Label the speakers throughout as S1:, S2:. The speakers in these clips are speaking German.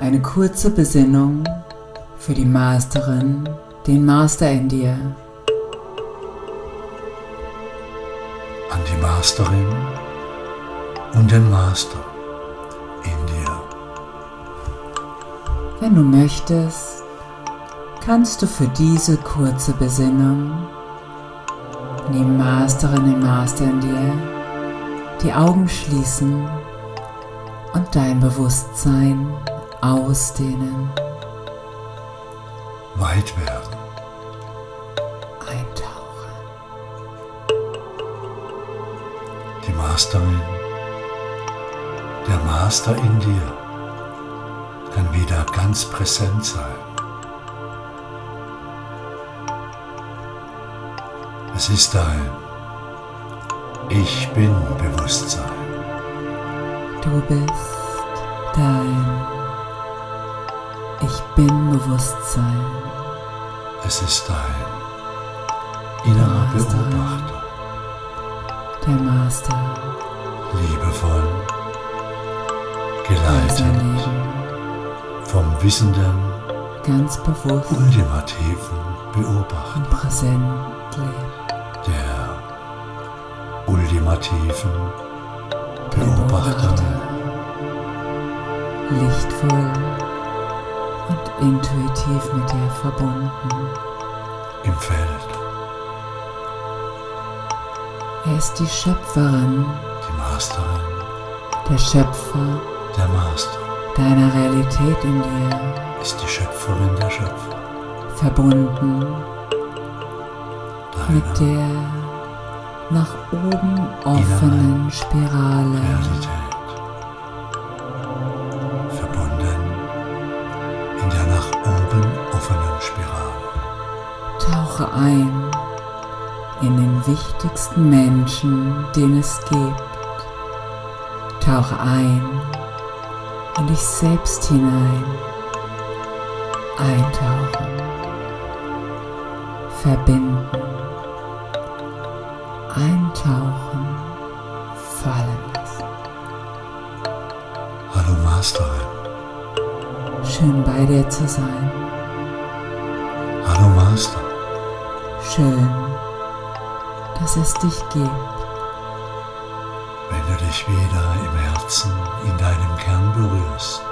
S1: Eine kurze Besinnung für die Masterin, den Master in dir.
S2: An die Masterin und den Master in dir.
S1: Wenn du möchtest, kannst du für diese kurze Besinnung die Masterin, den Master in dir, die Augen schließen und dein Bewusstsein ausdehnen,
S2: Weit werden.
S1: eintauchen.
S2: Die Masterin, der Master in dir, kann wieder ganz präsent sein. Es ist ein Ich bin Bewusstsein.
S1: Du bist dein Ich bin Bewusstsein.
S2: Es ist ein innerer
S1: Master.
S2: Beobachter,
S1: Der Master
S2: liebevoll,
S1: für sein
S2: geleitet
S1: Leben
S2: vom wissenden,
S1: ganz bewusst
S2: ultimativen Beobachter.
S1: und präsent lebt.
S2: der ultimativen
S1: Der
S2: Beobachterin.
S1: lichtvoll und intuitiv mit dir verbunden.
S2: im Feld,
S1: Er ist die Schöpferin,
S2: die Masterin,
S1: der Schöpfer
S2: der Master
S1: deiner Realität in dir,
S2: ist die Schöpferin der Schöpfer,
S1: verbunden mit
S2: deiner
S1: der nach oben offenen Spirale.
S2: Realität, verbunden in der nach oben offenen Spirale.
S1: Tauche ein in den wichtigsten Menschen, den es gibt. Tauche ein in dich selbst hinein. Eintauchen. Verbinden. Eintauchen. Fallen lassen.
S2: Hallo Masterin,
S1: Schön bei dir zu sein.
S2: hallo Master,
S1: Schön, dass es dich gibt.
S2: wenn du dich wieder im Herzen in deinem Kern berührst,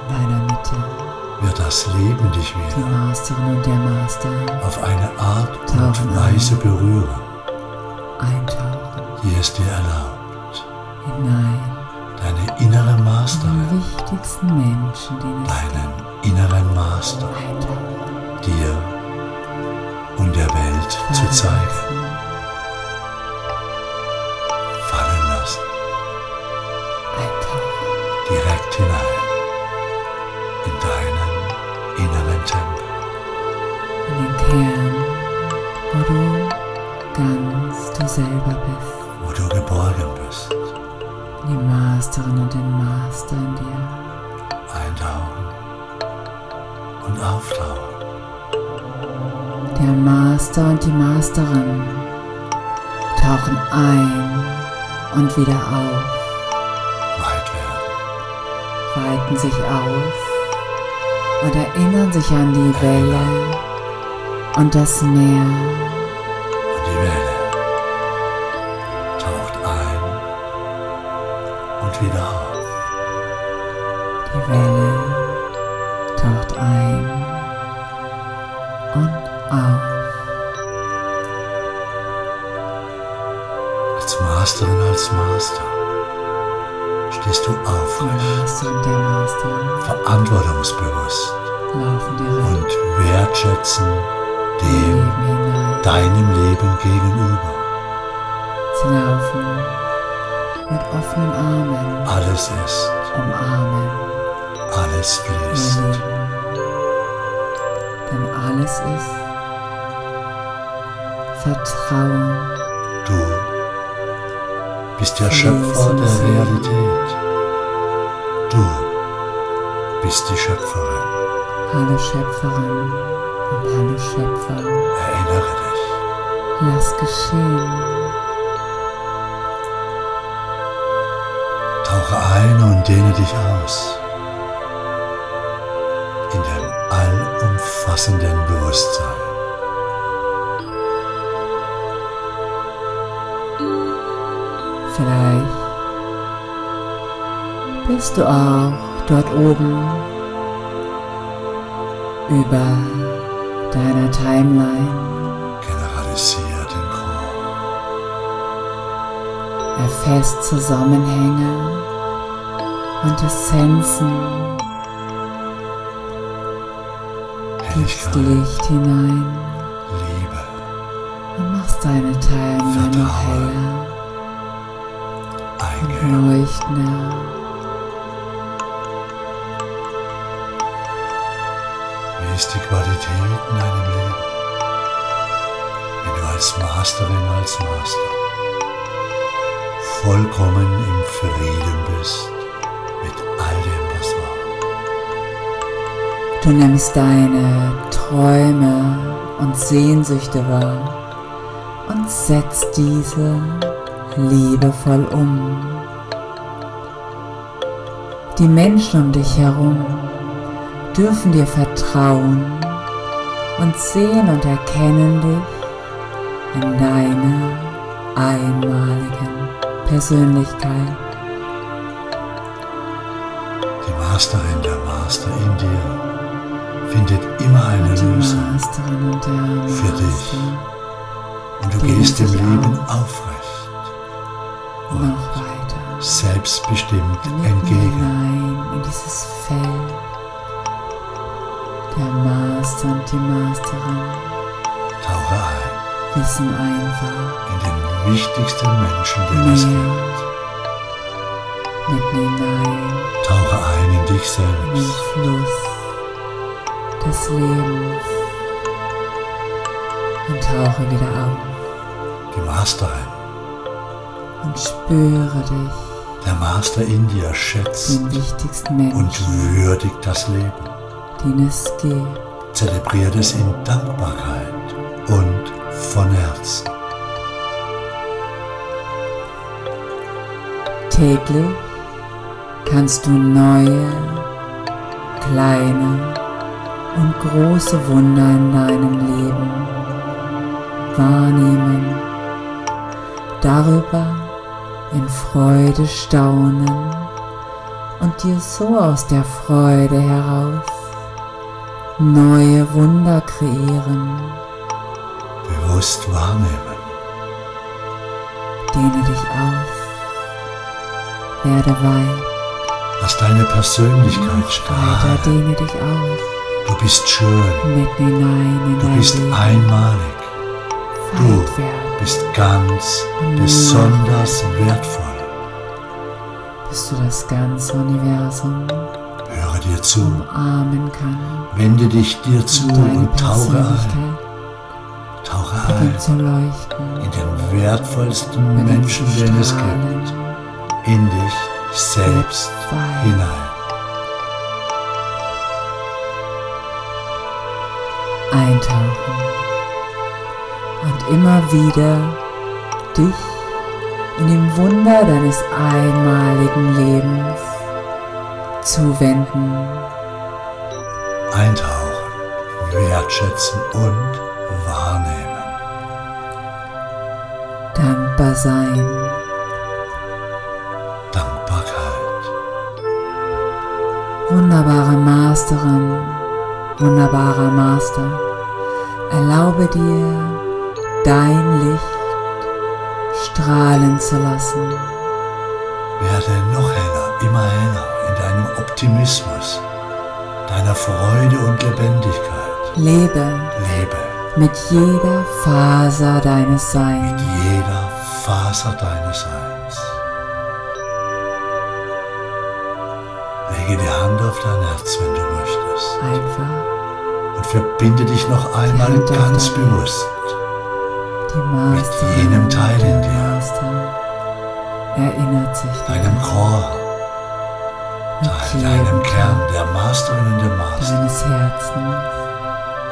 S1: In deiner Mitte.
S2: wird das Leben dich
S1: Die
S2: wieder
S1: Masterin und der Master.
S2: auf eine Art
S1: Tauchen
S2: und Weise berühren.
S1: Eintauchen.
S2: die es dir erlaubt,
S1: hinein
S2: deine innere
S1: zu den
S2: Masterin,
S1: wichtigsten Menschen, denen es
S2: deinen inneren Master
S1: eintauchen
S2: dir und der Welt zu zeigen, fallen lassen,
S1: Eintauchen,
S2: direkt hinein in deinen inneren Tempel,
S1: in den Kern, wo du ganz du selber bist.
S2: wo du geborgen bist,
S1: Die Masterin und den Master in dir.
S2: eintauchen und auftauchen,
S1: Der Master und die Masterin tauchen ein und wieder auf,
S2: weit werden,
S1: weiten sich aus und erinnern sich an die Welle und das Meer.
S2: und die Welle taucht ein und wieder auf.
S1: Die Welle taucht ein und auf.
S2: Als Masterin, als Master stehst du
S1: Die
S2: aufrecht,
S1: Master und der Master
S2: verantwortungsbewusst
S1: laufen direkt
S2: und wertschätzen
S1: in ihr
S2: dem
S1: Leben hinein.
S2: deinem Leben gegenüber.
S1: Sie laufen mit offenen Armen,
S2: Alles ist,
S1: umarmen
S2: alles fließt.
S1: ihr Leben. Denn alles ist Vertrauen,
S2: Du bist der
S1: Fließen
S2: Schöpfer der
S1: Sie.
S2: Realität. Du bist die Schöpferin.
S1: Hallo Schöpferin und Hallo Schöpfer,
S2: Erinnere dich,
S1: lass geschehen.
S2: tauche ein und dehne dich aus. umfassenden Bewusstsein.
S1: Vielleicht bist du auch dort oben über deiner Timeline
S2: generalisiert im Chor.
S1: Erfährst Zusammenhänge und Essenzen. Gibst Licht hinein.
S2: Liebe.
S1: Und machst deine Teilnehmer heller leuchtender.
S2: Wie ist die Qualität in deinem Leben, wenn du als Masterin, als Master vollkommen im Frieden bist mit all dem, was war?
S1: Du nimmst deine Träume und Sehnsüchte wahr und setzt diese liebevoll um. Die Menschen um dich herum dürfen dir vertrauen und sehen und erkennen dich in deiner einmaligen Persönlichkeit.
S2: Die Masterin, der Master in dir findet immer eine Lösung für dich und du gehst im Leben auf. aufrecht und
S1: noch weiter.
S2: Selbstbestimmt Mitten entgegen.
S1: Hinein in dieses Feld der Master und die Masterin.
S2: Tauche ein.
S1: Wissen einfach.
S2: In den wichtigsten Menschen, den es gibt.
S1: Mitten hinein.
S2: Tauche ein in dich selbst. In den
S1: Fluss des Lebens. Und tauche wieder auf.
S2: Die Masterin
S1: und spüre dich.
S2: Der Master India schätzt
S1: den wichtigsten Menschen,
S2: und würdigt das Leben,
S1: den es gibt.
S2: Zelebriert es in Dankbarkeit und von Herzen.
S1: Täglich kannst du neue, kleine und große Wunder in deinem Leben wahrnehmen darüber in Freude staunen und dir so aus der Freude heraus neue Wunder kreieren.
S2: Bewusst wahrnehmen.
S1: Dehne dich aus. Werde weit.
S2: Lass deine Persönlichkeit strahlen.
S1: Dehne dich aus.
S2: Du bist schön.
S1: Mitten hinein in
S2: Du bist
S1: Leben.
S2: einmalig. Du bist ganz besonders wertvoll.
S1: Bist du das ganze Universum?
S2: Höre dir zu.
S1: Umarmen kann.
S2: Wende dich dir zu und, und tauche ein. Tauche ein.
S1: Zu leuchten.
S2: In den wertvollsten Mit Menschen, den es gibt. In dich selbst hinein.
S1: Eintauchen und immer wieder dich in dem Wunder deines einmaligen Lebens zuwenden.
S2: Eintauchen, wertschätzen und wahrnehmen.
S1: Dankbar sein.
S2: Dankbarkeit.
S1: Wunderbare Masterin, wunderbarer Master, erlaube dir, dein Licht strahlen zu lassen.
S2: Werde noch heller, immer heller in deinem Optimismus, deiner Freude und Lebendigkeit.
S1: Lebe,
S2: lebe
S1: mit jeder Faser deines Seins.
S2: Mit jeder Faser deines Seins. Lege die Hand auf dein Herz, wenn du möchtest.
S1: Einfach.
S2: Und verbinde dich noch einmal ja, ganz bewusst
S1: mit
S2: jenem Teil in dir
S1: erinnert sich
S2: deinem Chor, Teil, deinem Kern, der Masterin und der Master
S1: deines Herzens.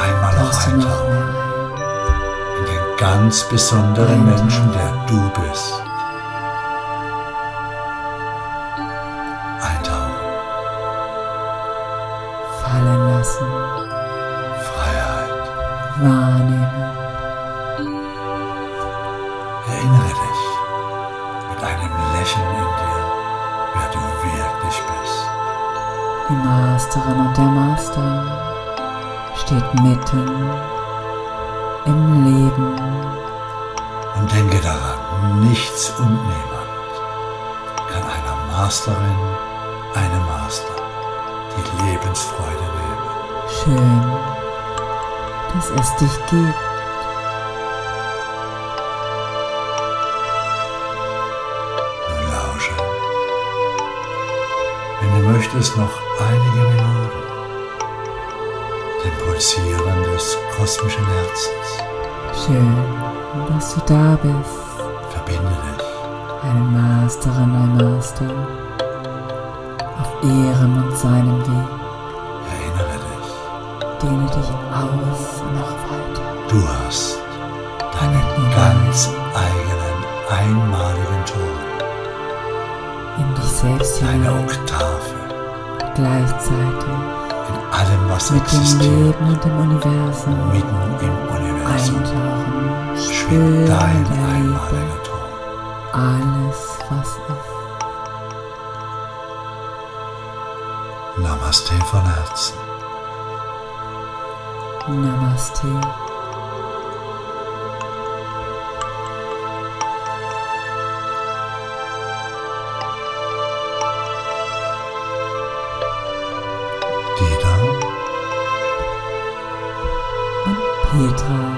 S2: Einmal noch eintauchen in den ganz besonderen Eintauch. Menschen, der du bist. Eintauchen,
S1: fallen lassen,
S2: frei Erinnere dich mit einem Lächeln in dir, wer du wirklich bist.
S1: Die Masterin und der Master steht mitten im Leben.
S2: Und denke daran, nichts und niemand kann einer Masterin, einem Master die Lebensfreude nehmen.
S1: Schön, dass es dich gibt.
S2: Nun lausche. Wenn du möchtest, noch einige Minuten dem Pulsieren des kosmischen Herzens.
S1: Schön, dass du da bist.
S2: Verbinde dich
S1: Eine Masterin, ein Master. Auf ihrem und seinem Weg.
S2: Erinnere dich,
S1: Dehne dich aus noch weiter.
S2: Du hast deinen ganz eigenen, einmaligen Ton,
S1: In dich selbst
S2: deine
S1: hinein.
S2: Oktave
S1: Gleichzeitig
S2: in allem, was
S1: mit dem
S2: existiert,
S1: Leben und dem Universum
S2: mitten im Universum.
S1: eintauchen. Spüren
S2: Schwingt dein
S1: der Liebe
S2: einmaliger Ton.
S1: alles, was ist.
S2: Namaste von Herzen.
S1: Namaste.
S2: Dieter,
S1: Petra.